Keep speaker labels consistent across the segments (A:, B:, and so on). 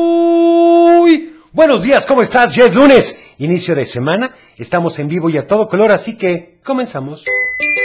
A: Muy buenos días, ¿cómo estás? Ya es lunes, inicio de semana, estamos en vivo y a todo color, así que comenzamos.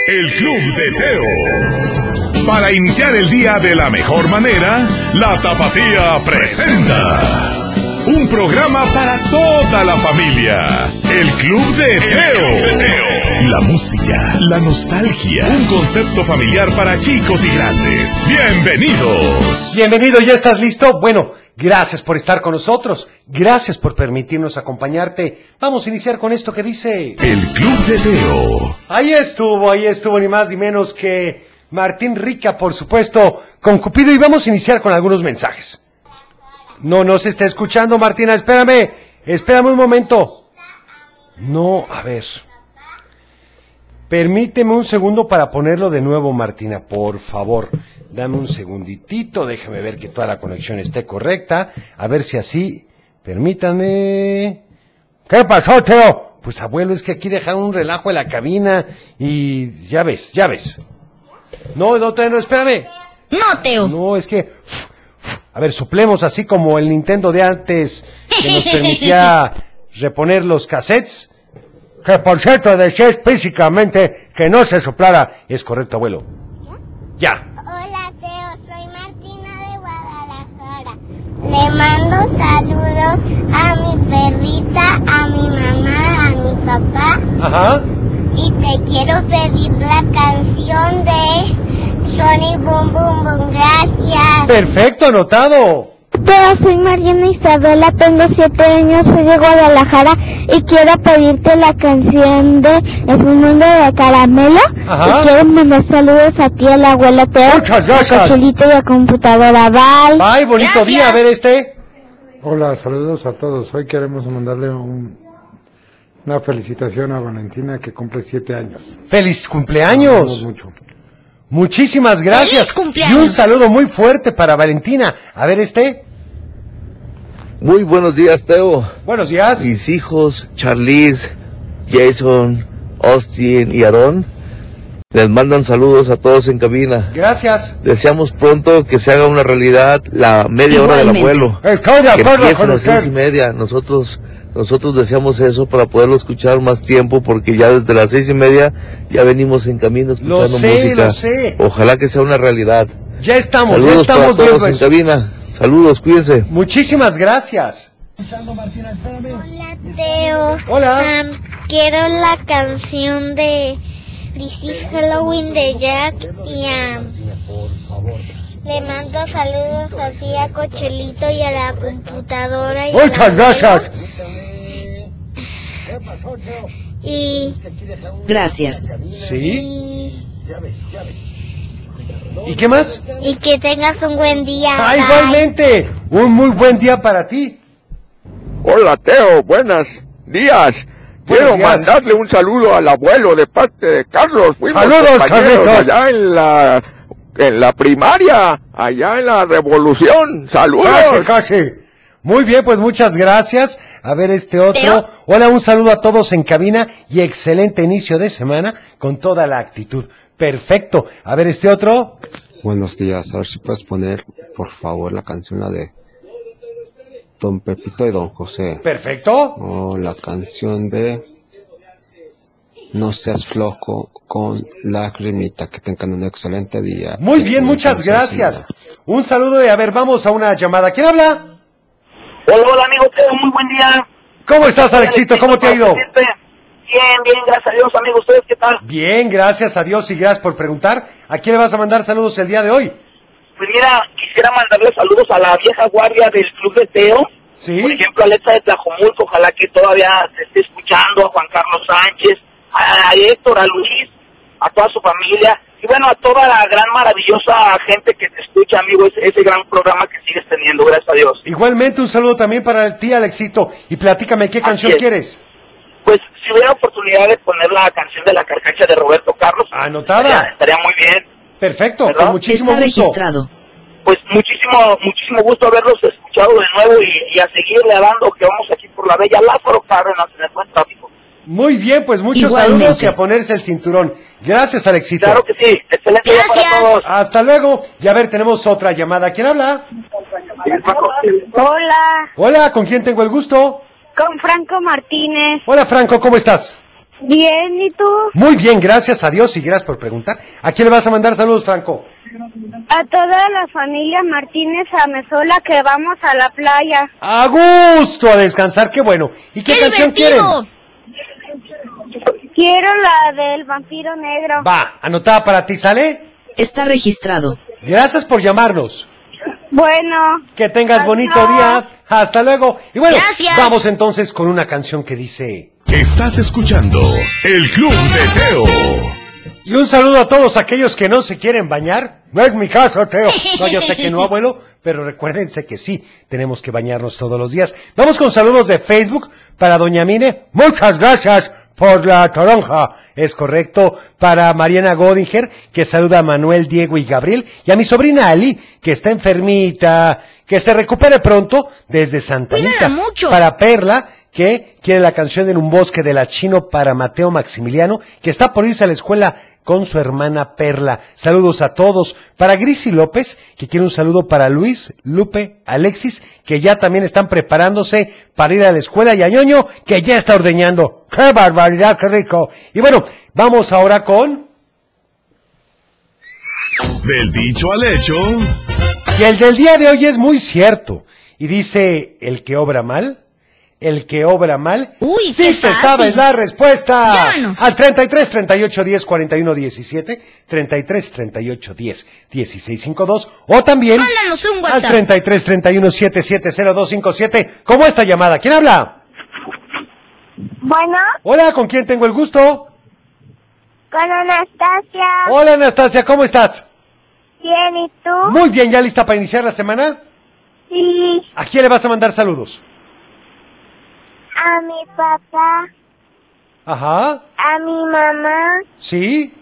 B: El Club de Teo. Para iniciar el día de la mejor manera, la Tapatía presenta un programa para toda la familia. El Club de Teo. La música, la nostalgia, un concepto familiar para chicos y grandes. Bienvenidos.
A: Bienvenido, ¿ya estás listo? Bueno, gracias por estar con nosotros, gracias por permitirnos acompañarte. Vamos a iniciar con esto que dice...
B: El Club de Teo.
A: Ahí estuvo, ahí estuvo, ni más ni menos que Martín Rica, por supuesto, con Cupido y vamos a iniciar con algunos mensajes. No, no se está escuchando, Martina, espérame, espérame un momento. No, a ver. Permíteme un segundo para ponerlo de nuevo, Martina, por favor. Dame un segunditito, déjame ver que toda la conexión esté correcta, a ver si así. Permítanme. ¿Qué pasó, Teo? Pues abuelo, es que aquí dejaron un relajo en la cabina y ya ves, ya ves. No, no, todavía no, espérame.
C: No, Teo.
A: No, es que. A ver, suplemos así como el Nintendo de antes que nos permitía reponer los cassettes. Que por cierto decía físicamente que no se soplara. Es correcto, abuelo. Ya.
D: Hola Teo, soy Martina de Guadalajara. Le mando saludos a mi perrita, a mi mamá, a mi papá
A: Ajá.
D: y te quiero pedir la canción de Sony Boom Boom Boom. Gracias.
A: Perfecto, anotado.
E: Teo, soy Mariana Isabela, tengo siete años, soy de Guadalajara y quiero pedirte la canción de Es un mundo de caramelo.
A: Ajá.
E: Y quiero mandar saludos a ti, al abuelo Teo,
A: Muchas gracias.
E: a Cochelito y a computadora Val.
A: Bye, bonito
C: Gracias.
A: día. A ver este.
F: Hola, saludos a todos. Hoy queremos mandarle un- una felicitación a Valentina que cumple siete años.
A: Feliz
F: La
A: cumpleaños.
F: amamos mucho.
A: Muchísimas gracias.
C: ¡Feliz cumpleaños!
A: Y un saludo muy fuerte para Valentina. A ver este.
G: Muy buenos días, Teo.
A: Buenos días.
G: Mis hijos, Charlize, Jason, Austin y Aarón, les mandan saludos a todos en cabina.
A: Gracias.
G: Deseamos pronto que se haga una realidad la media hora del
C: Igualmente.
G: abuelo.
A: Estoy de
G: Que
A: acuerdo
G: empiece a
A: con
G: las seis y
A: usted.
G: media. Nosotros, nosotros deseamos eso para poderlo escuchar más tiempo porque ya desde las seis y media ya venimos en camino escuchando
A: Lo sé,
G: música.
A: lo sé.
G: Ojalá que sea una realidad.
A: Ya estamos, ya
G: saludos para
A: estamos
G: todos
A: viendo
G: en
A: eso.
G: cabina. Saludos, cuídense.
A: Muchísimas gracias.
D: Hola Teo.
A: Hola.
D: Am, quiero la canción de This is Halloween de Jack y am, le mando saludos a ti, a Cochelito y a la computadora. Y a la
A: Muchas gracias.
D: Y,
C: Gracias.
A: Sí.
D: y,
A: ¿Y qué más?
D: y que tengas un buen día.
A: Ah,
D: Bye.
A: igualmente. Un muy buen día para ti.
H: Hola Teo, buenos días. Quiero
A: Buenos días.
H: mandarle un saludo al abuelo de parte de Carlos.
A: Saludos,
H: compañeros
A: Carlitos.
H: Allá en la, en la primaria, allá en la revolución.
A: Casi,
H: Saludos.
A: casi. Muy bien, pues muchas gracias. A ver este otro.
C: Teo.
A: Hola, un saludo a todos en cabina y excelente inicio de semana con toda la actitud. Perfecto. A ver este otro.
I: Buenos días, a ver si puedes poner, por favor, la canción la de Don Pepito y Don José.
A: Perfecto.
I: O la canción de No seas flojo con lagrimita. Que tengan un excelente día.
A: Muy bien,
I: Excelente
A: muchas
I: inicio de
A: gracias.
I: semana.
A: Un saludo y a ver, vamos a una llamada. ¿Quién habla?
J: Hola, hola amigo Teo, muy buen día.
A: ¿Cómo estás, Alexito? ¿Cómo te ha ido?
J: Bien, bien, gracias a Dios, amigos. ¿Ustedes qué tal?
A: Bien, gracias a Dios y gracias por preguntar. ¿A quién le vas a mandar saludos el día de hoy?
J: Pues mira, quisiera mandarle saludos a la vieja guardia del Club de Teo.
A: Sí.
J: Por ejemplo, a Alexa de Tlajomulco, ojalá que todavía se esté escuchando, a Juan Carlos Sánchez, a, a Héctor, a Luis, a toda su familia. Y bueno, a toda la gran maravillosa gente que te escucha, amigo, ese, ese gran programa que sigues teniendo, gracias a Dios.
A: Igualmente un saludo también para ti, Alexito. Y platícame qué
J: Así
A: canción
J: es.
A: quieres.
J: Pues si hubiera oportunidad de poner la canción de la carcacha de Roberto Carlos,
A: Anotada.
J: estaría- estaría muy bien.
A: Perfecto,
J: ¿Verdad?
A: con muchísimo
C: Está
A: gusto.
C: registrado.
J: pues muchísimo, muchísimo gusto haberlos escuchado de nuevo y, y a seguirle dando que vamos aquí por la bella Lázaro Cárdenas en el buen tráfico.
A: Muy bien, pues muchos
C: Igualmente.
A: saludos y a ponerse el cinturón. Gracias, Alexito.
J: Claro que sí, excelente día para
C: Gracias.
J: todos.
A: Hasta luego. Y a ver, tenemos otra llamada. ¿Quién habla?
J: Paco.
K: Hola,
A: Hola, ¿con quién tengo el gusto?
K: con Franco Martínez.
A: Hola, Franco, ¿cómo estás?
K: Bien, ¿y tú?
A: Muy bien, gracias a Dios y gracias por preguntar. ¿A quién le vas a mandar saludos, Franco?
K: A toda la familia Martínez Amezola que vamos a la playa.
A: A gusto, a descansar, qué bueno. ¿Y qué, canción quieren?
K: Quiero la del vampiro negro.
A: Va, anotada para ti, ¿sale? Está registrado. Gracias por llamarnos.
K: Bueno.
A: Que tengas bonito día. Hasta luego. Y bueno,
B: Gracias.
A: vamos entonces con una canción que dice...
B: Estás escuchando el Club de Teo.
A: Y un saludo a todos aquellos que no se quieren bañar. No es mi caso, Teo. No, yo sé que no, abuelo, pero recuérdense que sí, tenemos que bañarnos todos los días. Vamos con saludos de Facebook para Doña Mine. Muchas gracias por la toronja. Es correcto. Para Mariana Godinger, que saluda a Manuel, Diego y Gabriel. Y a mi sobrina Ali, que está enfermita. Que se recupere pronto desde Santa Anita.
C: Cuídala mucho.
A: Para a Perla, que quiere la canción en un bosque de la Chino para Mateo Maximiliano, que está por irse a la escuela con su hermana Perla. Saludos a todos. Para Grisi López, que quiere un saludo para Luis, Lupe, Alexis, que ya también están preparándose para ir a la escuela, y a Ñoño, que ya está ordeñando. ¡Qué barbaridad, qué rico! Y bueno, vamos ahora con...
B: Del dicho al hecho,
A: Y el del día de hoy es muy cierto. Y dice, el que obra mal, el que obra mal,
C: Uy,
A: sí
C: qué
A: te
C: fácil.
A: sabes la respuesta.
C: Llámanos.
A: Al 33 38 10 41 17, 33 38 10 16 52, o también
C: Háblanos un
A: al
C: WhatsApp.
A: 33 31 770257. ¿Cómo esta llamada? ¿Quién habla?
K: Bueno,
A: Hola, ¿con quién tengo el gusto?
K: con Anastasia.
A: Hola, Anastasia, ¿cómo estás?
K: Bien, ¿y tú?
A: Muy bien, ¿ya lista para iniciar la semana?
K: Sí,
A: ¿A quién le vas a mandar saludos?
K: a mi papá,
A: Ajá,
K: a mi mamá,
A: sí.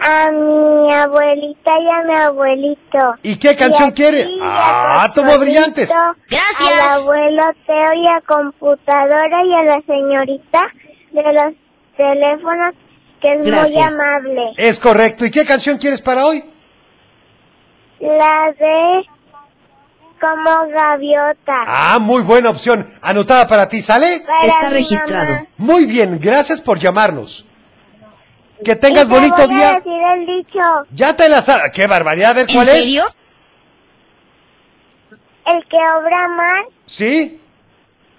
K: a mi abuelita y a mi abuelito.
A: ¿Y qué canción quiere? Ah, tomó brillantes.
K: Gracias. Al abuelo Teo y a computadora y a la señorita de los teléfonos que es
A: Gracias.
K: muy amable.
A: Es correcto. ¿Y qué canción quieres para hoy?
K: La de como gaviota.
A: Ah, muy buena opción. Anotada para ti, ¿sale?
K: Para Está mi registrado. mamá.
A: Muy bien, gracias por llamarnos. Que tengas
K: Y te
A: bonito
K: voy a
A: día.
K: decir el dicho,
A: Ya te la sabes. ¡Qué barbaridad! A ver,
K: ¿En
A: ¿cuál
K: serio?
A: es?
K: el que obra mal
A: ¿Sí?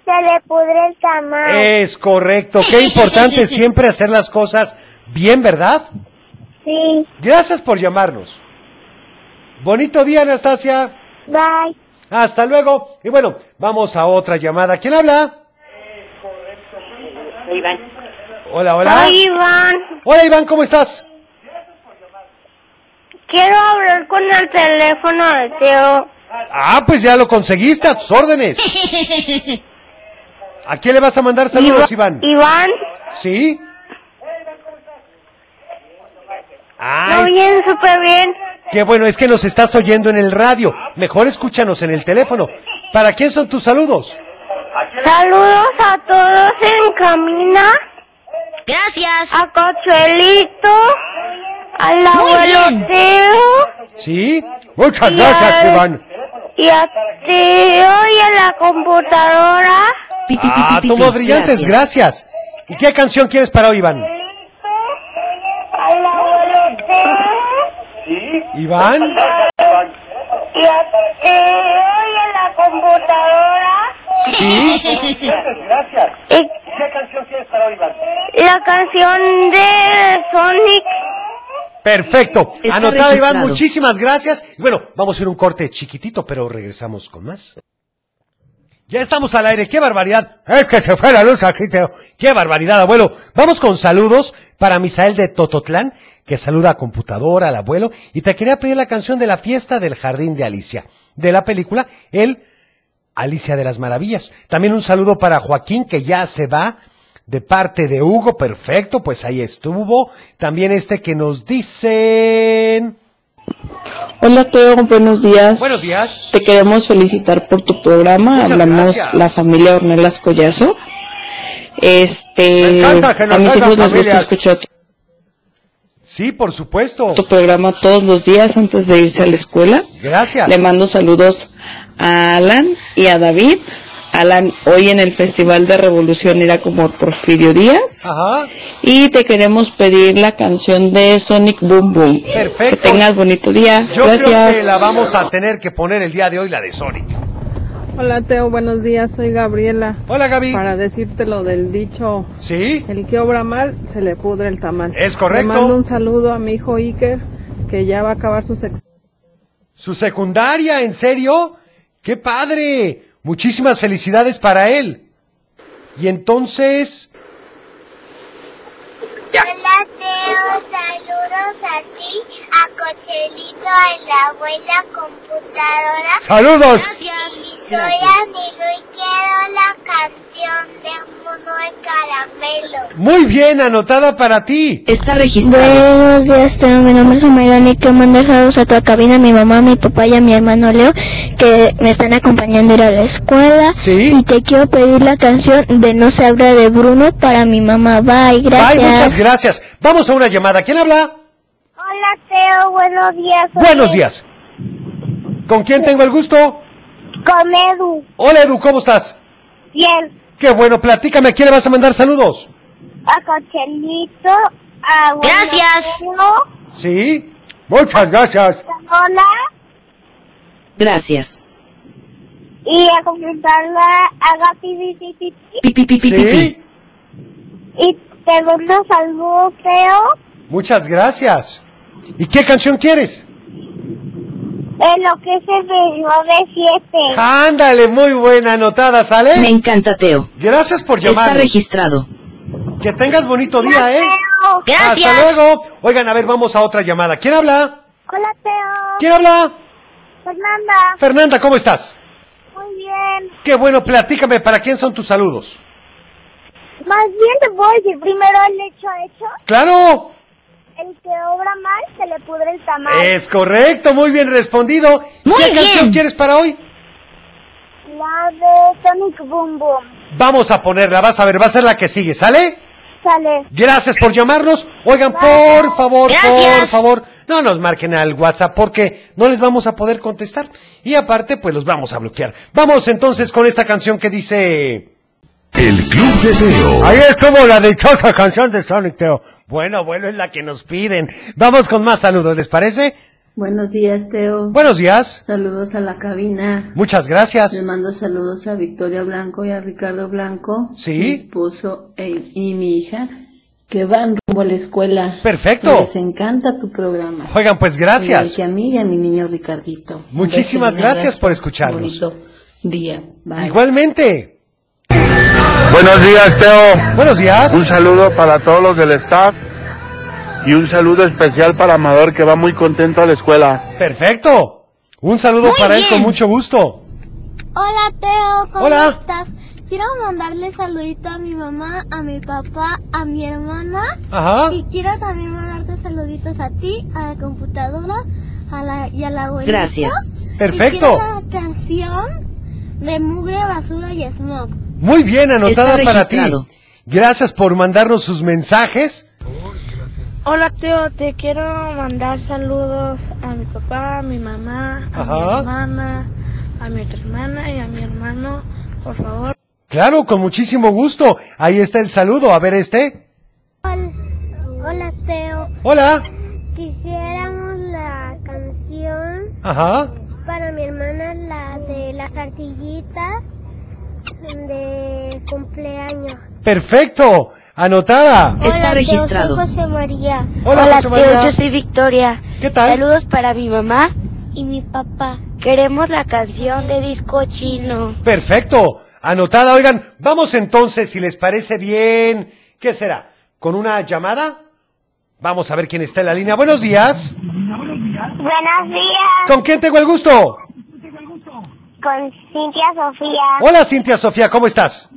K: se le pudre el tamal.
A: Es correcto. Qué importante siempre hacer las cosas bien, ¿verdad?
K: Sí.
A: Gracias por llamarnos. Bonito día, Anastasia.
K: Bye.
A: Hasta luego. Y bueno, vamos a otra llamada. ¿Quién habla? Hola, hola.
K: Soy Iván.
A: Hola, Iván, ¿cómo estás?
K: Quiero hablar con el teléfono de Teo.
A: Ah, pues ya lo conseguiste, a tus órdenes. ¿A quién le vas a mandar saludos, Iván?
K: Iván,
A: ¿Sí? Ah,
K: lo
A: es-
K: oyen súper bien.
A: qué bueno, es que nos estás oyendo en el radio. Mejor escúchanos en el teléfono. ¿Para quién son tus saludos?
K: Saludos a todos en Camina. Gracias.
C: Ah,
K: A Cochuelito. Al abuelo Teo.
A: ¿Sí? Muchas
K: Y
A: gracias,
K: al-
A: Iván.
K: Y a Teo y a la computadora.
A: Ah, tomó brillantes, gracias. ¿Y qué canción quieres para hoy, Iván?
K: Al abuelo Teo.
A: Iván.
K: Y a Teo y a la computadora.
A: Sí.
K: Gracias. ¿Qué canción quieres para hoy, La canción de Sonic.
A: Perfecto.
K: Está
A: Anotado, Iván,
K: registrado.
A: muchísimas gracias. Y bueno, vamos a ir un corte chiquitito, pero regresamos con más. Ya estamos al aire, qué barbaridad. Es que se fue la luz aquí, Teo. Qué barbaridad, abuelo. Vamos con saludos para Misael de Tototlán, que saluda a computadora, al abuelo, y te quería pedir la canción de la fiesta del jardín de Alicia, de la película El Alicia de las Maravillas. También un saludo para Joaquín, que ya se va de parte de Hugo. Perfecto, pues ahí estuvo. También este que nos dicen.
L: Hola Teo, buenos días.
A: Buenos días.
L: Te queremos felicitar por tu programa.
A: Muchas
L: Hablamos
A: gracias.
L: la familia Ornelas Collazo. Este,
A: Me encanta que nos
L: a mis
A: salgan
L: hijos les gusta
A: familias.
L: escuchar.
A: Sí, por supuesto.
L: Tu programa todos los días antes de irse a la escuela.
A: Gracias.
L: Le mando saludos a Alan y a David. Alan, hoy en el Festival de Revolución era como Porfirio Díaz.
A: Ajá.
L: Y te queremos pedir la canción de Sonic Boom Boom.
A: Perfecto.
L: Que tengas bonito día.
A: Yo
L: Gracias.
A: creo que la vamos a tener que poner el día de hoy, la de Sonic.
M: Hola Teo, buenos días, soy Gabriela.
A: Hola Gaby.
M: Para decirte lo del dicho.
A: Sí.
M: El que obra mal, se le pudre el tamal.
A: Es correcto.
M: Le mando un saludo a mi hijo Iker, que ya va a acabar su sexo.
A: Su secundaria, ¿en serio? ¡Qué padre! Muchísimas felicidades para él. Y entonces,
K: Hola Teo, saludos a ti, a Cochelito, a la abuela computadora.
A: ¡Saludos!
K: Y soy amigo y quiero la canción de Mono de Caramelo.
A: muy bien, anotada para ti.
E: Está registrado. Buenos días, Teo. Mi nombre es Mayrani. Que mandar saludos a tu cabina, a mi mamá, a mi papá y a mi hermano Leo, que me están acompañando a ir a la escuela.
A: Sí.
E: Y te quiero pedir la canción de No se habla de Bruno para mi mamá. Bye, gracias.
A: Bye, muchas gracias. Vamos a una llamada. ¿Quién habla?
K: Hola Teo, buenos días.
A: Buenos días. ¿Con quién tengo el gusto?
K: Con Edu,
A: Hola Edu, ¿cómo estás?
K: bien,
A: Qué bueno, platícame, ¿a quién le vas a mandar saludos?
K: a Cochelito, a abuelo
C: Gracias.
K: Teo,
A: Sí. Muchas gracias.
K: Hola,
C: Gracias.
K: y a computadora, a Gaby, pi, pi, pi, pi.
C: Pi, pi, pi, pi, pi,
A: Sí.
K: y te mando saludos Teo,
A: Muchas gracias. ¿Y qué canción quieres?
K: en lo que se me de siete.
A: Ándale, muy buena anotada, ¿sale?
C: Me encanta Teo.
A: Gracias por
C: Está
A: llamar.
C: registrado.
A: Que tengas bonito día, ¿eh?
K: Teo.
A: Hasta luego. Oigan, a ver, vamos a otra llamada. ¿Quién habla?
K: Hola Teo,
A: ¿Quién habla?
K: Fernanda,
A: Fernanda, ¿cómo estás?
K: muy bien.
A: Qué bueno, platícame, ¿para quién son tus saludos?
K: Más bien te puedo decir primero el hecho hecho,
A: ¡Claro!
K: el que obra mal se le pudre el tamal.
A: Es correcto, muy bien respondido.
C: Muy
A: ¿Qué
C: bien.
A: canción quieres para hoy?
K: La de Sonic Boom Boom.
A: Vamos a ponerla, vas a ver, va a ser la que sigue, ¿sale?
K: Sale.
A: Gracias por llamarnos. Oigan, por favor, por
C: Gracias.
A: favor, no nos marquen al WhatsApp porque no les vamos a poder contestar. Y aparte, pues los vamos a bloquear. Vamos entonces con esta canción que dice...
B: El Club de Teo.
A: Ahí es como la dichosa canción de Sonic Teo. Bueno, bueno, es la que nos piden. Vamos con más saludos, ¿les parece?
N: Buenos días, Teo.
A: Buenos días.
N: Saludos a la cabina.
A: Muchas
N: Les
A: gracias.
N: mando saludos a Victoria Blanco y a Ricardo Blanco,
A: Sí.
N: mi esposo e- y mi hija, que van rumbo a la escuela.
A: Perfecto.
N: Les encanta tu programa.
A: Oigan, pues
N: Igual
A: gracias.
N: que a mí y a mi niño Ricardito. Un
A: Muchísimas
N: beso y un
A: gracias
N: abrazo.
A: por escucharnos.
N: Bonito día. Bye.
A: Igualmente.
O: Buenos días, Teo.
A: Buenos días.
O: Un saludo para todos los del staff y un saludo especial para Amador que va muy contento a la escuela.
A: Perfecto. Un saludo
O: Muy
A: para él
O: bien.
A: con mucho gusto.
P: Hola Teo, ¿cómo
A: Hola.
P: estás? Quiero mandarle saludito a mi mamá, a mi papá, a mi hermana.
A: Ajá.
P: Y quiero también mandarte saluditos a ti, a la computadora, a la, y a la abuelita.
C: Gracias.
P: Y
A: Perfecto.
P: quiero la canción de Mugre, Basura y Smog.
A: Muy bien, anotada
C: Está
A: para ti.
C: registrado.
A: Gracias por mandarnos sus mensajes.
Q: Hola Teo, te quiero mandar saludos a mi papá, a mi mamá, a
A: Ajá.
Q: mi hermana, a mi otra hermana y a mi hermano, por favor.
A: Claro, con muchísimo gusto. Ahí está el saludo. A ver este.
K: Hola, Teo.
A: Hola.
K: Quisiéramos la canción
A: Ajá.
K: para mi hermana, la de las artillitas de cumpleaños.
A: Perfecto. Anotada.
C: Está registrado.
K: José María.
A: Hola, Hola, José Teo, María. yo
K: soy Victoria.
A: ¿Qué tal?
K: Saludos para mi mamá y mi papá. Queremos la canción de disco chino.
A: Perfecto. Anotada. Oigan, vamos entonces, si les parece bien. ¿Qué será? ¿Con una llamada? Vamos a ver quién está en la línea. Buenos días.
K: Buenos días
A: ¿Con quién tengo el gusto?
K: con Cintia Sofía.
A: Hola, Cintia Sofía, ¿cómo estás?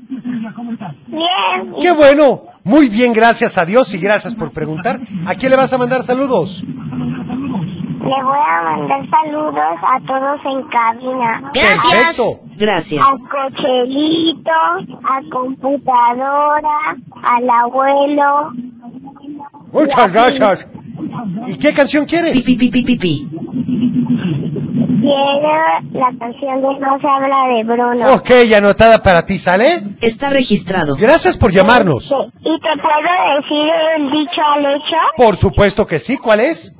K: Bien.
A: Qué bueno. Muy bien, gracias a Dios y gracias por preguntar. ¿A quién le vas a mandar saludos?
K: Le voy a mandar saludos a todos en cabina.
A: Perfecto.
C: Gracias.
K: Al cochelito, a computadora, al abuelo.
A: Muchas gracias.
K: Y
A: ¿Y qué canción quieres?
K: Quiero la canción de No se habla de Bruno.
A: Ok, anotada para ti, ¿sale? Está registrado. Gracias por llamarnos.
K: ¿Y te puedo decir el dicho al hecho?
A: Por supuesto que sí, ¿cuál es?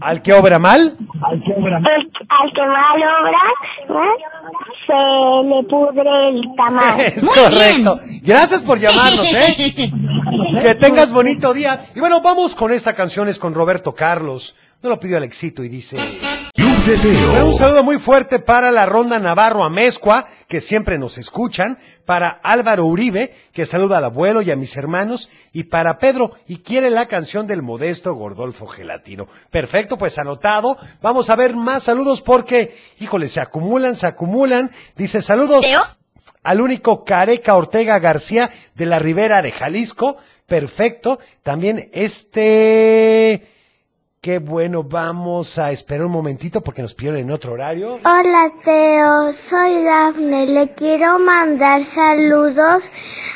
A: ¿Al que obra mal?
K: El- al que mal obra, ¿eh? se le pudre el tamal.
A: Es correcto. Gracias por llamarnos, ¿eh? que tengas bonito día. Y bueno, vamos con esta canción, es con Roberto Carlos. No lo pidió Alexito y dice... Bueno, un saludo muy fuerte para la Ronda Navarro Amezcua, que siempre nos escuchan, para Álvaro Uribe, que saluda al abuelo y a mis hermanos, y para Pedro, y quiere la canción del modesto Gordolfo Gelatino. Perfecto, pues anotado. Vamos a ver más saludos porque, híjole, se acumulan, se acumulan. Dice saludos al único Careca Ortega García de la Ribera de Jalisco. Perfecto. También este... Qué bueno, vamos a esperar un momentito porque nos pidieron en otro horario.
K: Hola Teo, soy Dafne. Le quiero mandar saludos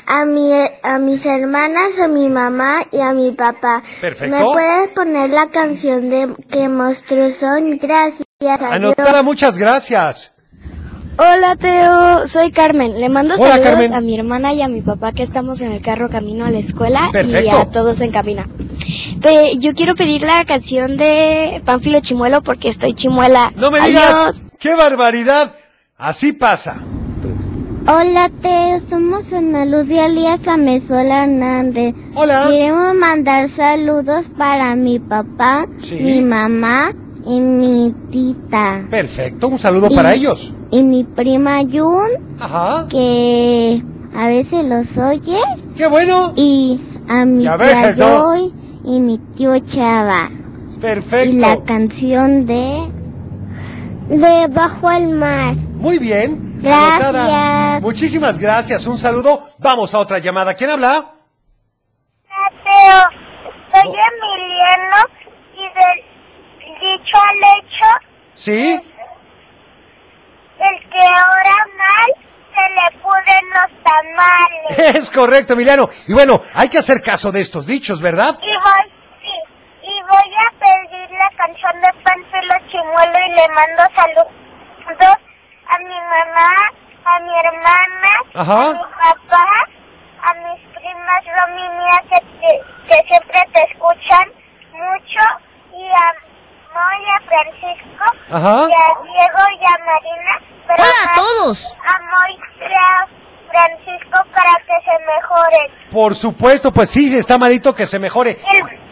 K: a, mi, a mis hermanas, a mi mamá y a mi papá.
A: Perfecto.
K: ¿Me puedes poner la canción de Que monstruos son? Gracias.
A: Anotada, muchas gracias.
R: Hola Teo, soy Carmen. Le mando
A: Hola,
R: saludos
A: Carmen.
R: a mi hermana y a mi papá que estamos en el carro camino a la escuela y
A: Perfecto.
R: a todos en cabina. Pe- yo quiero pedir la canción de Panfilo Chimuelo porque estoy chimuela.
A: No me
R: Adiós.
A: digas, qué barbaridad. Así pasa.
K: Hola Teo, somos Ana Lucía Elías Amezola Hernández.
A: Hola.
K: Queremos mandar saludos para mi papá,
A: Sí.
K: mi mamá y mi tita.
A: Perfecto, un saludo
K: Y-
A: para ellos.
K: Y mi prima Jun, que a veces los oye.
A: ¡Qué bueno!
K: Y a mi
A: Y a
K: tía
A: veces no.
K: Joy y mi tío Chava.
A: Perfecto.
K: Y la canción de... De Bajo el Mar.
A: Muy bien.
K: Gracias.
A: Anotada. Muchísimas gracias, un saludo. Vamos a otra llamada. ¿Quién habla?
K: Teo, soy
A: Oh.
K: Emiliano y del dicho al hecho,
A: ¿Sí?
K: el que ahora mal se le pudren los tamales.
A: Es correcto, Emiliano. Y bueno, hay que hacer caso de estos dichos, ¿verdad?
K: Y voy, sí, y voy a pedir la canción de Panfilo Chimuelo y le mando saludos a mi mamá, a mi hermana,
A: Ajá.
K: a mi papá, a mis primas Rominias que, que- que siempre te escuchan mucho y a Moy, a Francisco,
A: Ajá.
K: y a Diego y a Marina. Pero
A: Hola a
K: más
A: todos.
K: A Moy y a Francisco para que se mejoren.
A: Por supuesto, pues sí, está malito que se mejore.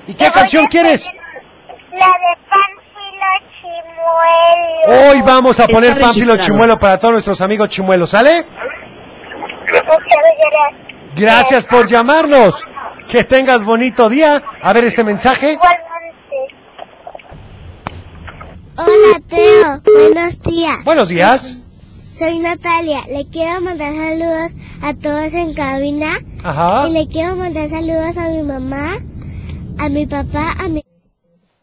A: ¿Y qué
K: Te voy
A: canción
K: a
A: quieres?
K: pedir La de Pánfilo Chimuelo.
A: Hoy vamos a poner Pánfilo Chimuelo para todos nuestros amigos chimuelos, ¿sale? Gracias por llamarnos. Que tengas bonito día. A ver este mensaje.
K: Hola, Teo. Buenos días.
A: Buenos días.
K: Soy Natalia. Le quiero mandar saludos a todos en cabina.
A: Ajá.
K: Y le quiero mandar saludos a mi mamá, a mi papá, a mi,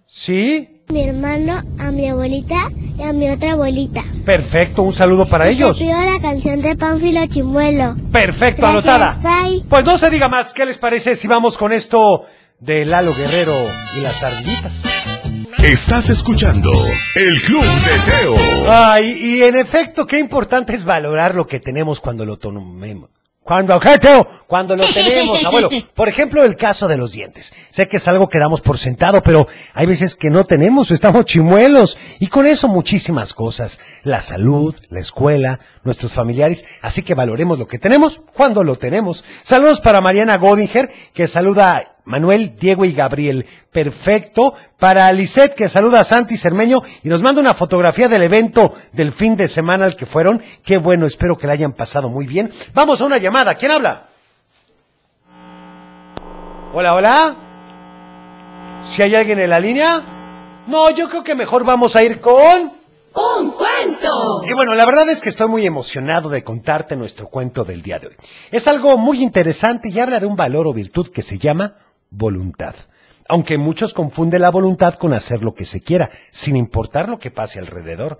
A: Sí,
K: mi hermano, a mi abuelita y a mi otra abuelita.
A: perfecto. Un saludo para
K: Y te
A: ellos.
K: pido la canción de Pánfilo Chimuelo.
A: Perfecto,
K: Gracias,
A: anotada.
K: bye.
A: Pues no se diga más. ¿Qué les parece si vamos con esto de Lalo Guerrero y las ardillitas?
B: Estás escuchando el Club de Teo.
A: Ay, y en efecto, qué importante es valorar lo que tenemos cuando lo tomemos. Cuando, ¿qué, Teo? Cuando lo tenemos, abuelo. Por ejemplo, el caso de los dientes. Sé que es algo que damos por sentado, pero hay veces que no tenemos, estamos chimuelos. Y con eso muchísimas cosas. La salud, la escuela, nuestros familiares. Así que valoremos lo que tenemos cuando lo tenemos. Saludos para Mariana Godinger, que saluda a Manuel, Diego y Gabriel. Perfecto. Para Lisette, que saluda a Santi Cermeño y nos manda una fotografía del evento del fin de semana al que fueron. Qué bueno, espero que la hayan pasado muy bien. Vamos a una llamada. ¿Quién habla? Hola, hola. ¿Si hay alguien en la línea? No, yo creo que mejor vamos a ir con...
S: ¡Un cuento!
A: Y bueno, la verdad es que estoy muy emocionado de contarte nuestro cuento del día de hoy. Es algo muy interesante y habla de un valor o virtud que se llama voluntad. Aunque muchos confunden la voluntad con hacer lo que se quiera, sin importar lo que pase alrededor.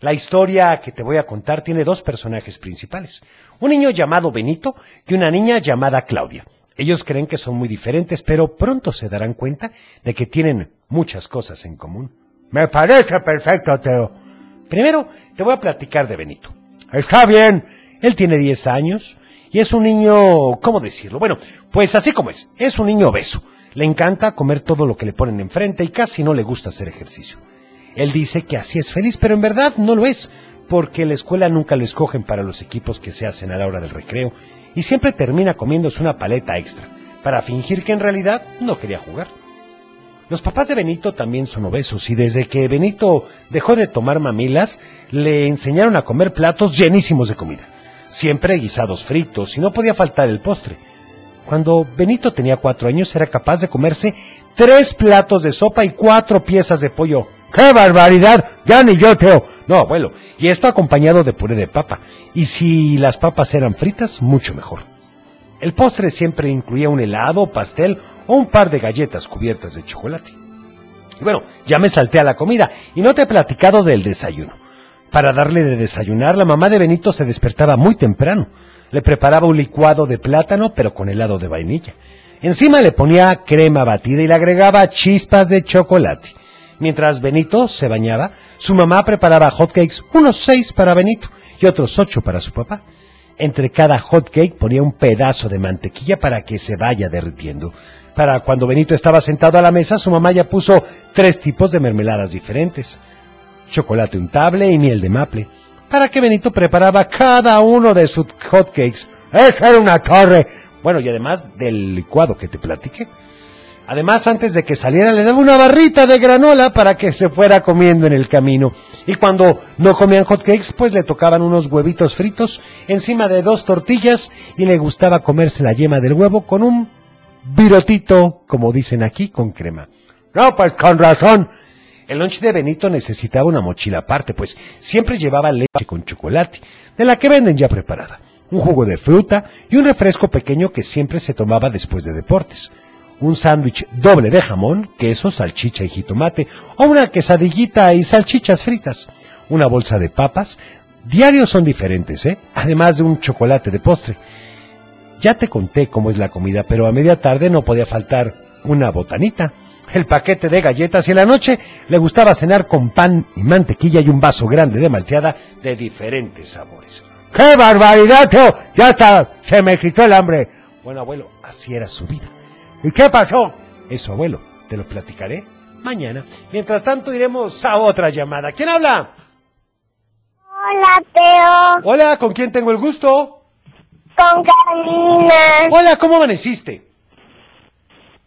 A: La historia que te voy a contar tiene dos personajes principales, un niño llamado Benito y una niña llamada Claudia. Ellos creen que son muy diferentes, pero pronto se darán cuenta de que tienen muchas cosas en común. Me parece perfecto, Teo. Primero, te voy a platicar de Benito. Está bien. Él tiene 10 años y es un niño, ¿cómo decirlo? Bueno, pues así como es, es un niño obeso. Le encanta comer todo lo que le ponen enfrente y casi no le gusta hacer ejercicio. Él dice que así es feliz, pero en verdad no lo es, porque en la escuela nunca lo escogen para los equipos que se hacen a la hora del recreo y siempre termina comiéndose una paleta extra, para fingir que en realidad no quería jugar. Los papás de Benito también son obesos y desde que Benito dejó de tomar mamilas, le enseñaron a comer platos llenísimos de comida, siempre guisados fritos y no podía faltar el postre. Cuando Benito tenía cuatro años era capaz de comerse tres platos de sopa y cuatro piezas de pollo. ¡Qué barbaridad! Ya ni yo, Teo. No, abuelo. Y esto acompañado de puré de papa. Y si las papas eran fritas, mucho mejor. El postre siempre incluía un helado, pastel o un par de galletas cubiertas de chocolate. Y bueno, ya me salté a la comida y no te he platicado del desayuno. Para darle de desayunar, la mamá de Benito se despertaba muy temprano. Le preparaba un licuado de plátano, pero con helado de vainilla. Encima le ponía crema batida y le agregaba chispas de chocolate. Mientras Benito se bañaba, su mamá preparaba hotcakes, unos seis para Benito y otros ocho para su papá. Entre cada hotcake ponía un pedazo de mantequilla para que se vaya derritiendo. Para cuando Benito estaba sentado a la mesa, su mamá ya puso tres tipos de mermeladas diferentes. Chocolate untable y miel de maple. Para que Benito preparaba cada uno de sus hotcakes. ¡Esa era una torre! Bueno, y además del licuado que te platiqué. Además, antes de que saliera le daba una barrita de granola para que se fuera comiendo en el camino. Y cuando no comían hotcakes, pues le tocaban unos huevitos fritos encima de dos tortillas y le gustaba comerse la yema del huevo con un virotito, como dicen aquí, con crema. No, pues con razón. El lunch de Benito necesitaba una mochila aparte, pues siempre llevaba leche con chocolate, de la que venden ya preparada, un jugo de fruta y un refresco pequeño que siempre se tomaba después de deportes un sándwich doble de jamón, queso, salchicha y jitomate, o una quesadillita y salchichas fritas, una bolsa de papas. Diarios son diferentes, ¿eh? Además de un chocolate de postre. Ya te conté cómo es la comida, pero a media tarde no podía faltar una botanita, el paquete de galletas y en la noche le gustaba cenar con pan y mantequilla y un vaso grande de malteada de diferentes sabores. ¡Qué barbaridad, Teo! ¡Ya está! ¡Se me quitó el hambre! Bueno, abuelo, así era su vida. ¿Y qué pasó? Eso, abuelo, te lo platicaré mañana. Mientras tanto, iremos a otra llamada. ¿Quién habla?
K: Hola, Teo.
A: Hola, ¿con quién tengo el gusto?
K: Con Carolina.
A: Hola, ¿cómo amaneciste?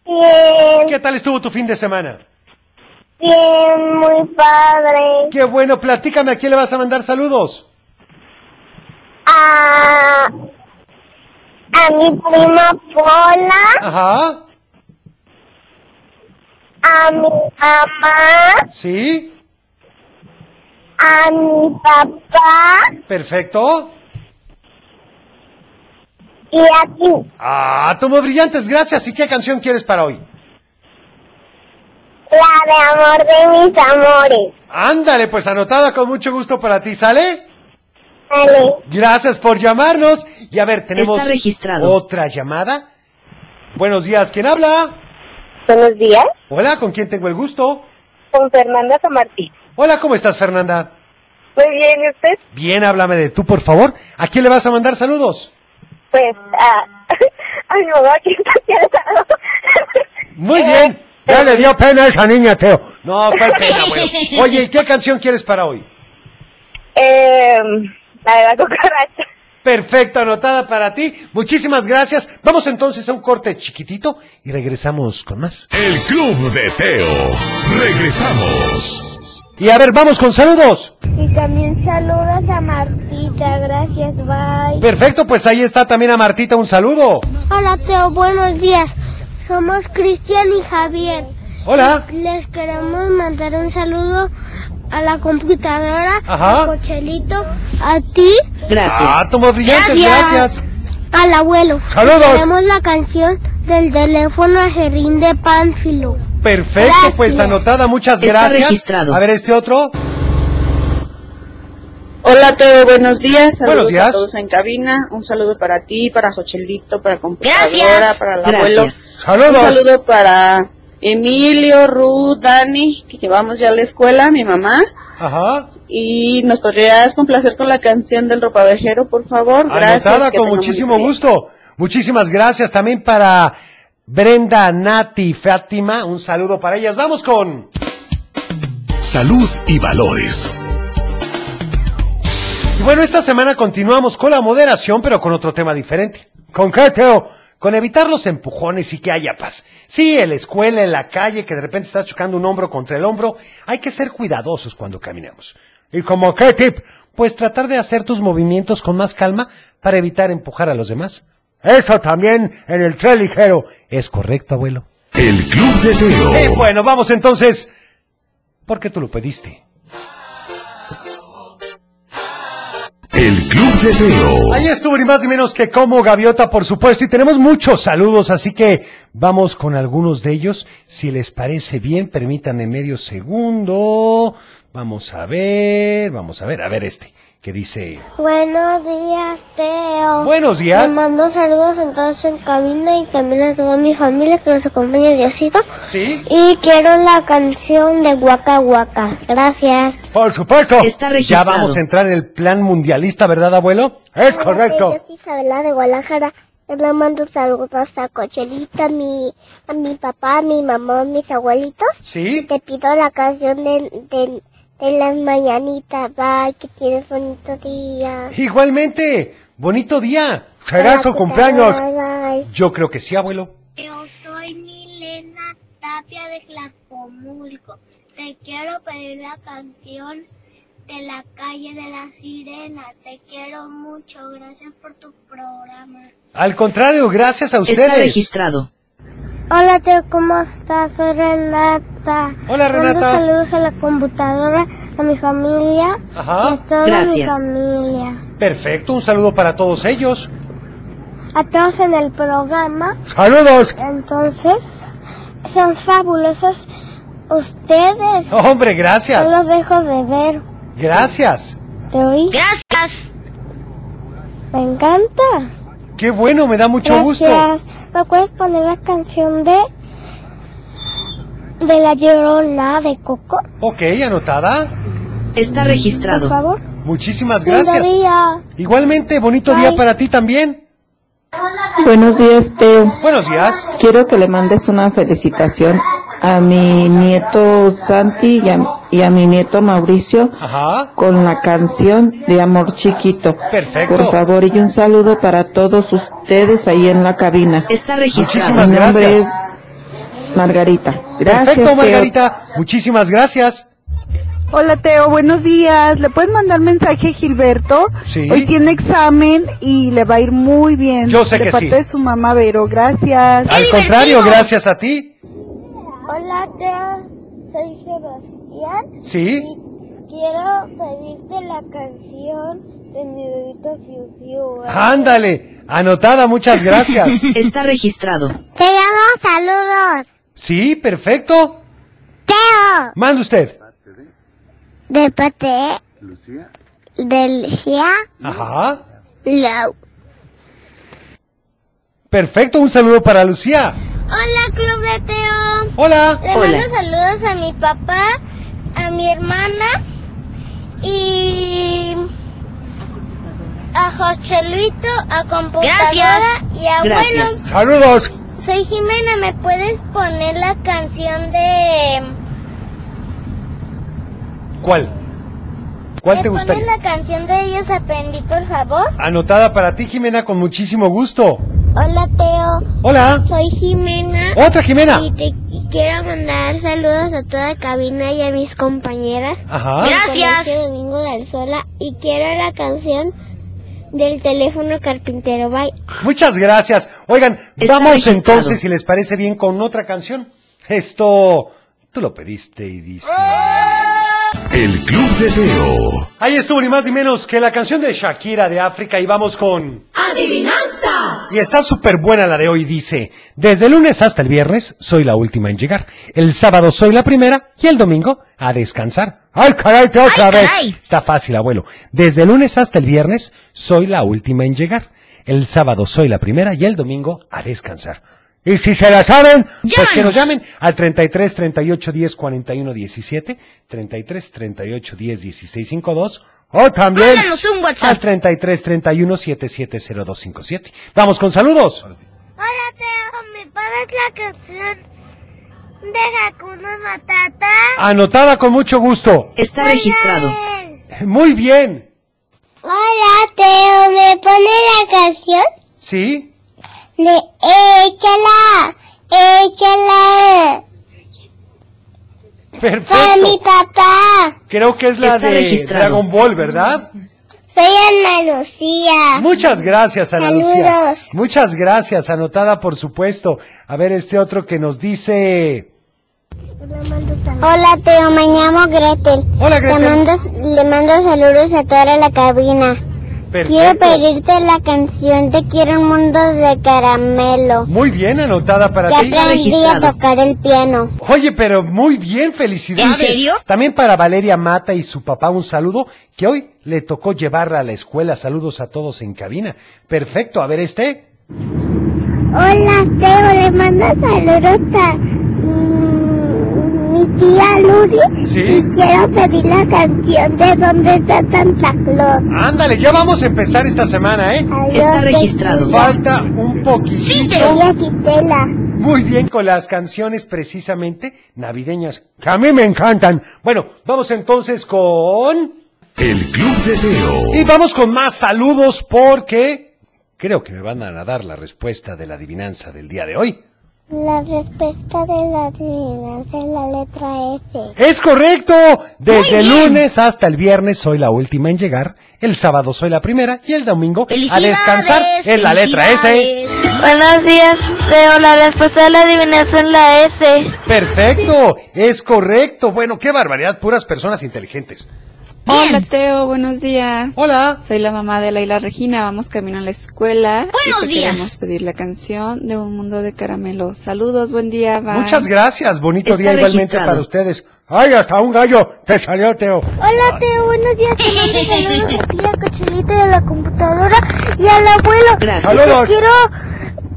K: Bien,
A: ¿Qué tal estuvo tu fin de semana?
K: bien, muy padre.
A: Qué bueno, platícame, ¿a quién le vas a mandar saludos?
K: A, a mi prima Pola,
A: Ajá,
K: a mi mamá,
A: sí,
K: a mi papá
A: perfecto.
K: y a ti.
A: Ah, tomo brillantes, gracias. ¿Y qué canción quieres para hoy?
K: La de amor de mis amores.
A: Ándale, pues anotada con mucho gusto para ti, ¿sale?
K: Vale.
A: Gracias por llamarnos. Y a ver, tenemos
C: Está registrado.
A: otra llamada. Buenos días, ¿quién habla?
T: Buenos días,
A: Hola, ¿con quién tengo el gusto?
T: con Fernanda San Martín.
A: Hola, ¿cómo estás, Fernanda?
T: Muy bien, ¿y usted?
A: Bien, háblame de tú, por favor. ¿A quién le vas a mandar saludos?
T: Pues, a, a mi mamá que está aquí al lado.
A: Muy bien. Ya le dio pena a esa niña, Teo. No, cuál pena, güey. Oye, ¿y ¿qué canción quieres para hoy?
T: Eh, la de la cucaracha.
A: Perfecto, anotada para ti. Muchísimas gracias. Vamos entonces a un corte chiquitito y regresamos con más.
B: El Club de Teo. Regresamos.
A: Y a ver, vamos con saludos.
D: Y también saludas a Martita, gracias, bye.
A: Perfecto, pues ahí está también a Martita un saludo.
D: Hola Teo, buenos días. Somos Cristian y Javier.
A: Hola.
D: Les queremos mandar un saludo a la computadora,
A: Ajá.
D: a Cochelito, a ti,
C: Gracias.
A: Ah, tomos brillantes,
D: Gracias.
A: gracias.
D: al abuelo.
A: Saludos.
D: Tenemos la canción del teléfono a Jerrín de Pánfilo.
A: Perfecto,
D: Gracias.
A: pues anotada, muchas
C: Está
A: gracias.
C: registrado.
A: A ver, este otro.
L: Hola
U: Teo, buenos días. Saludos
A: Buenos días.
U: a todos en cabina. Un saludo para ti, para Jochelito, para computadora,
A: Gracias.
U: para el
A: Gracias.
U: abuelo.
A: Saludos.
U: Un saludo para Emilio, Ruth, Dani, que llevamos ya a la escuela, mi mamá.
A: Ajá.
U: Y nos podrías complacer con la canción del ropavejero, por favor. Gracias.
A: Anotada
U: que
A: con
U: tenga
A: muchísimo gusto. Muchísimas gracias también para Brenda, Nati, Fátima. Un saludo para ellas. Vamos con.
B: Salud y valores.
A: Y bueno, esta semana continuamos con la moderación, pero con otro tema diferente. ¿Con qué, Teo? Con evitar los empujones y que haya paz. Sí, en la escuela, en la calle, que de repente está chocando un hombro contra el hombro, hay que ser cuidadosos cuando caminamos. ¿Y como qué tip? Pues tratar de hacer tus movimientos con más calma para evitar empujar a los demás. Eso también en el tren ligero. Es correcto, abuelo.
B: El Club de Teo.
A: Eh, bueno, vamos entonces. Porque tú lo pediste.
B: El Club de Teo.
A: Ahí estuvo ni más ni menos que como gaviota, por supuesto, y tenemos muchos saludos, así que vamos con algunos de ellos. Si les parece bien, permítanme medio segundo. Vamos a ver, vamos a ver, a ver este, que dice...
K: Buenos días, Teo.
A: Buenos días.
K: Te mando saludos a todos en cabina y también a toda mi familia que nos acompaña Diosito.
A: Sí.
K: Y quiero la canción de Waka Waka. Gracias.
A: Por supuesto.
K: Está registrado. Ah,
A: Ya vamos a entrar en el plan mundialista, ¿verdad, abuelo? Es correcto.
K: Yo soy Isabela de Guadalajara. Le mando saludos a Cochelita, a mi, a mi papá, a mi mamá, a mis abuelitos.
A: Sí.
K: Y te pido la canción de, de, de las mañanitas. Bye, que tienes bonito día.
A: Igualmente, bonito día. Será su cumpleaños.
K: Bye, bye.
A: Yo creo que sí, abuelo.
K: Yo soy Milena Tapia de Tlacomulco. Te quiero pedir la canción de la calle de las sirenas. Te quiero mucho. Gracias por tu programa.
A: Al contrario, gracias a ustedes.
C: registrado.
K: Hola, Teo, ¿cómo estás? Soy Renata.
A: Hola,
K: Mando
A: Renata.
K: saludos a la computadora, a mi familia,
A: Ajá.
K: a toda
A: Gracias.
K: mi familia,
A: Perfecto, un saludo para todos ellos.
K: a todos en el programa.
A: ¡Saludos!
K: Entonces, son fabulosos ustedes.
A: Hombre, gracias.
K: No los dejo de ver.
A: Gracias.
K: ¿Te oí? Gracias. Me encanta.
A: Qué bueno, me da mucho gusto.
K: Gracias. ¿Me puedes poner la canción de... De la llorona de Coco?
A: Ok, anotada.
C: Está
K: Por favor.
A: Muchísimas
K: Lindo
A: gracias.
K: día.
A: Igualmente, bonito día para ti también.
V: Buenos días, Teo.
A: Buenos días.
V: Quiero que le mandes una felicitación a mi nieto Santi y a, y a mi nieto Mauricio
A: Ajá.
V: con la canción de Amor Chiquito.
A: Perfecto.
V: Por favor, y un saludo para todos ustedes ahí en la cabina.
C: Está
A: registrado.
V: Mi
A: Muchísimas
V: nombre
A: gracias.
V: es Margarita. Gracias,
A: Perfecto,
V: Teo.
A: Margarita. Muchísimas gracias.
W: Hola Teo, buenos días. ¿Le puedes mandar mensaje a Gilberto?
A: Sí.
W: Hoy tiene examen y le va a ir muy bien.
A: Yo sé
W: de
A: que
W: parte
A: sí.
W: de su mamá Vero, gracias.
A: Al contrario, gracias a ti.
K: Hola, Teo. Soy Sebastián.
A: Sí.
K: Quiero pedirte la canción de mi bebito Fiu Fiu. ¿eh?
A: Ándale. Anotada, muchas gracias.
C: Está registrado.
K: Te llamo Saludos.
A: Sí, perfecto.
K: Teo.
A: Mande usted.
K: De parte de Lucía
A: Ajá.
K: Lau.
A: Perfecto, un saludo para Lucía.
K: Hola, Club de Teo.
A: Hola.
K: Le
A: Hola.
K: mando saludos a mi papá, a mi hermana y a José Luito, a computadora
X: Gracias.
K: y a
X: Gracias.
K: abuelo.
A: Saludos.
K: Soy Jimena, ¿me puedes poner la canción de...
A: ¿Cuál? ¿Cuál te
K: ¿Me pones
A: gustaría?
K: la canción de ellos aprendí, por favor?
A: Anotada para ti, Jimena, con muchísimo gusto.
K: Hola, Teo.
A: Hola.
K: Soy Jimena.
A: Otra Jimena.
K: Y, te, y quiero mandar saludos a toda cabina y a mis compañeras.
A: Ajá.
K: del
X: Gracias.
K: Colegio Domingo de Arzola. Y quiero la canción del teléfono carpintero. Bye.
A: Muchas gracias. Oigan,
K: Está
A: vamos
K: registrado.
A: entonces, si les parece bien, con otra canción. Esto, tú lo pediste y dice.
B: El Club de Teo.
A: Ahí estuvo ni más ni menos que la canción de Shakira de África y vamos con... África.
S: adivinanza.
A: Y está súper buena la de hoy, dice. Desde el lunes hasta el viernes soy la última en llegar. El sábado soy la primera y el domingo a descansar. ¡Ay, caray, qué otra vez! Está fácil, abuelo. Desde el lunes hasta el viernes soy la última en llegar. El sábado soy la primera y el domingo a descansar. Y si se la saben, pues que nos llamen al 33 38 10 41 17, 33 38 10 16 52, o también
F: Háblanos un WhatsApp.
A: al 33 31 77 02 57. Vamos con saludos.
D: Hola, Teo, ¿me pones la canción de Hakuna Matata?
A: Anotada con mucho gusto.
D: Está registrado.
A: Muy bien.
D: Hola, Teo, ¿me pone la canción?
A: ¿Sí?
D: De Échala, Échala. Para mi
A: Perfecto.
D: papá,
A: Creo que es la
D: Está
A: de
D: registrado.
A: Dragon Ball, ¿verdad?
D: soy Ana Lucía.
A: Muchas gracias, Ana Lucía.
D: Saludos.
A: Muchas gracias, anotada por supuesto. A ver este otro que nos dice...
K: Hola Teo, me llamo Gretel.
A: Hola, Gretel.
K: Le mando, le mando saludos a toda la cabina. Quiero
A: Perfecto.
K: pedirte la canción Te quiero un mundo de caramelo.
A: Muy bien, anotada para
K: ya
A: ti.
K: aprendí a tocar el piano.
A: Oye, pero muy bien, felicidades.
K: ¿En serio?
A: También para Valeria Mata y su papá un saludo, que hoy le tocó llevarla a la escuela. Saludos a todos en cabina. Perfecto, a ver este.
K: Hola Teo, le mando saludos a mm, mi tía Luri.
A: Sí.
K: Y quiero pedir la canción de ¿Dónde está Santa Claus?
A: Ándale, ya vamos a empezar esta semana, ¿eh?
K: Está registrado.
A: Falta un poquito.
K: Hola Quitela.
A: Muy bien con las canciones precisamente navideñas, que a mí me encantan. Bueno, vamos entonces con...
B: El Club de Teo.
A: Y vamos con más saludos porque creo que me van a dar la respuesta de la adivinanza del día de hoy.
D: La respuesta de la adivinanza es la letra S.
A: Es correcto. Desde el lunes hasta el viernes soy la última en llegar. El sábado soy la primera y el domingo a descansar es la letra S.
D: Buenos días, Teo. La respuesta de la adivinanza es la S.
A: Perfecto, es correcto. Bueno, qué barbaridad, puras personas inteligentes.
G: Hola Teo, buenos días.
A: Hola.
G: Soy la mamá de Laila Regina, vamos camino a la escuela.
A: Buenos
G: y te
A: días.
G: Queremos pedir la canción de Un Mundo de Caramelo. Saludos, buen día. bye.
A: Muchas gracias, bonito
G: Está
A: día igualmente
G: registrado.
A: para ustedes. Ay, hasta un gallo, te salió Teo.
K: Hola, Teo, buenos días. Te mando saludos a ti, a Cochelito y a la computadora y al abuelo.
A: Gracias. Saludos.
K: Te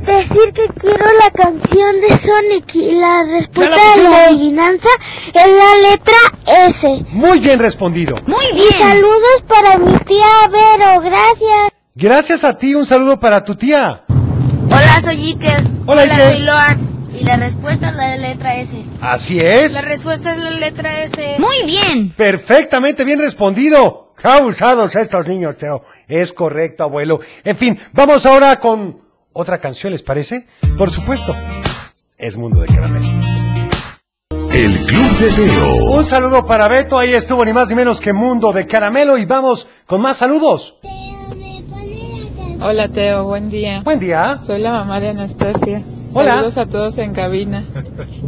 K: quiero decir que quiero la canción de Sonic y la respuesta de la adivinanza es la letra S.
A: Muy bien respondido.
K: Y saludos para mi tía Vero, gracias.
A: Gracias a ti, un saludo para tu tía.
F: Hola, soy Iker.
A: Hola, Iker.
F: soy Loan. Y la respuesta es la letra S.
A: Así es.
F: La respuesta es la letra S. Muy bien.
A: Perfectamente bien respondido. Causados estos niños, Teo. Es correcto, abuelo. En fin, vamos ahora con otra canción, ¿les parece? Por supuesto. Es Mundo de Caramelo.
B: El Club de Teo.
A: Un saludo para Beto, ahí estuvo ni más ni menos que Mundo de Caramelo y vamos con más saludos.
H: Hola Teo, buen día.
A: Buen día.
H: Soy la mamá de Anastasia.
A: Hola.
H: Saludos a todos en cabina.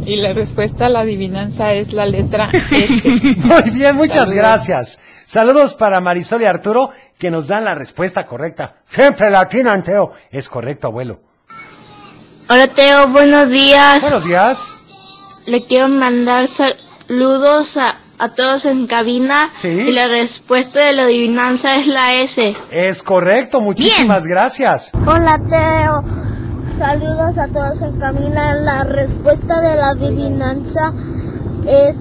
H: Y la respuesta a la adivinanza es la letra S.
A: Muy bien, muchas
H: Saludos.
A: gracias. Saludos para Marisol y Arturo que nos dan la respuesta correcta. Siempre la atinan, Teo. Es correcto, abuelo.
I: Hola Teo, buenos días.
A: Buenos días.
I: Le quiero mandar saludos a, a todos en cabina. Y la respuesta de la adivinanza es la S.
A: Es correcto, muchísimas gracias.
I: Hola
D: Teo. Saludos a todos en cabina. La respuesta de la adivinanza es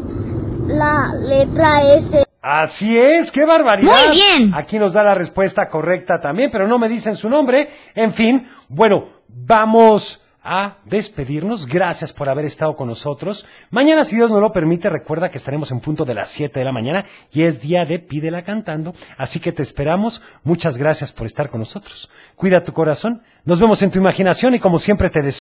D: la letra S.
A: Así es, qué barbaridad.
D: Muy bien.
A: Aquí nos da la respuesta correcta también, pero no me dicen su nombre. En fin, bueno, vamos a despedirnos. Gracias por haber estado con nosotros. Mañana, si Dios nos lo permite, recuerda que estaremos en punto de las 7 de la mañana y es día de Pídela Cantando. Así que te esperamos. Muchas gracias por estar con nosotros. Cuida tu corazón. Nos vemos en tu imaginación y como siempre te deseo.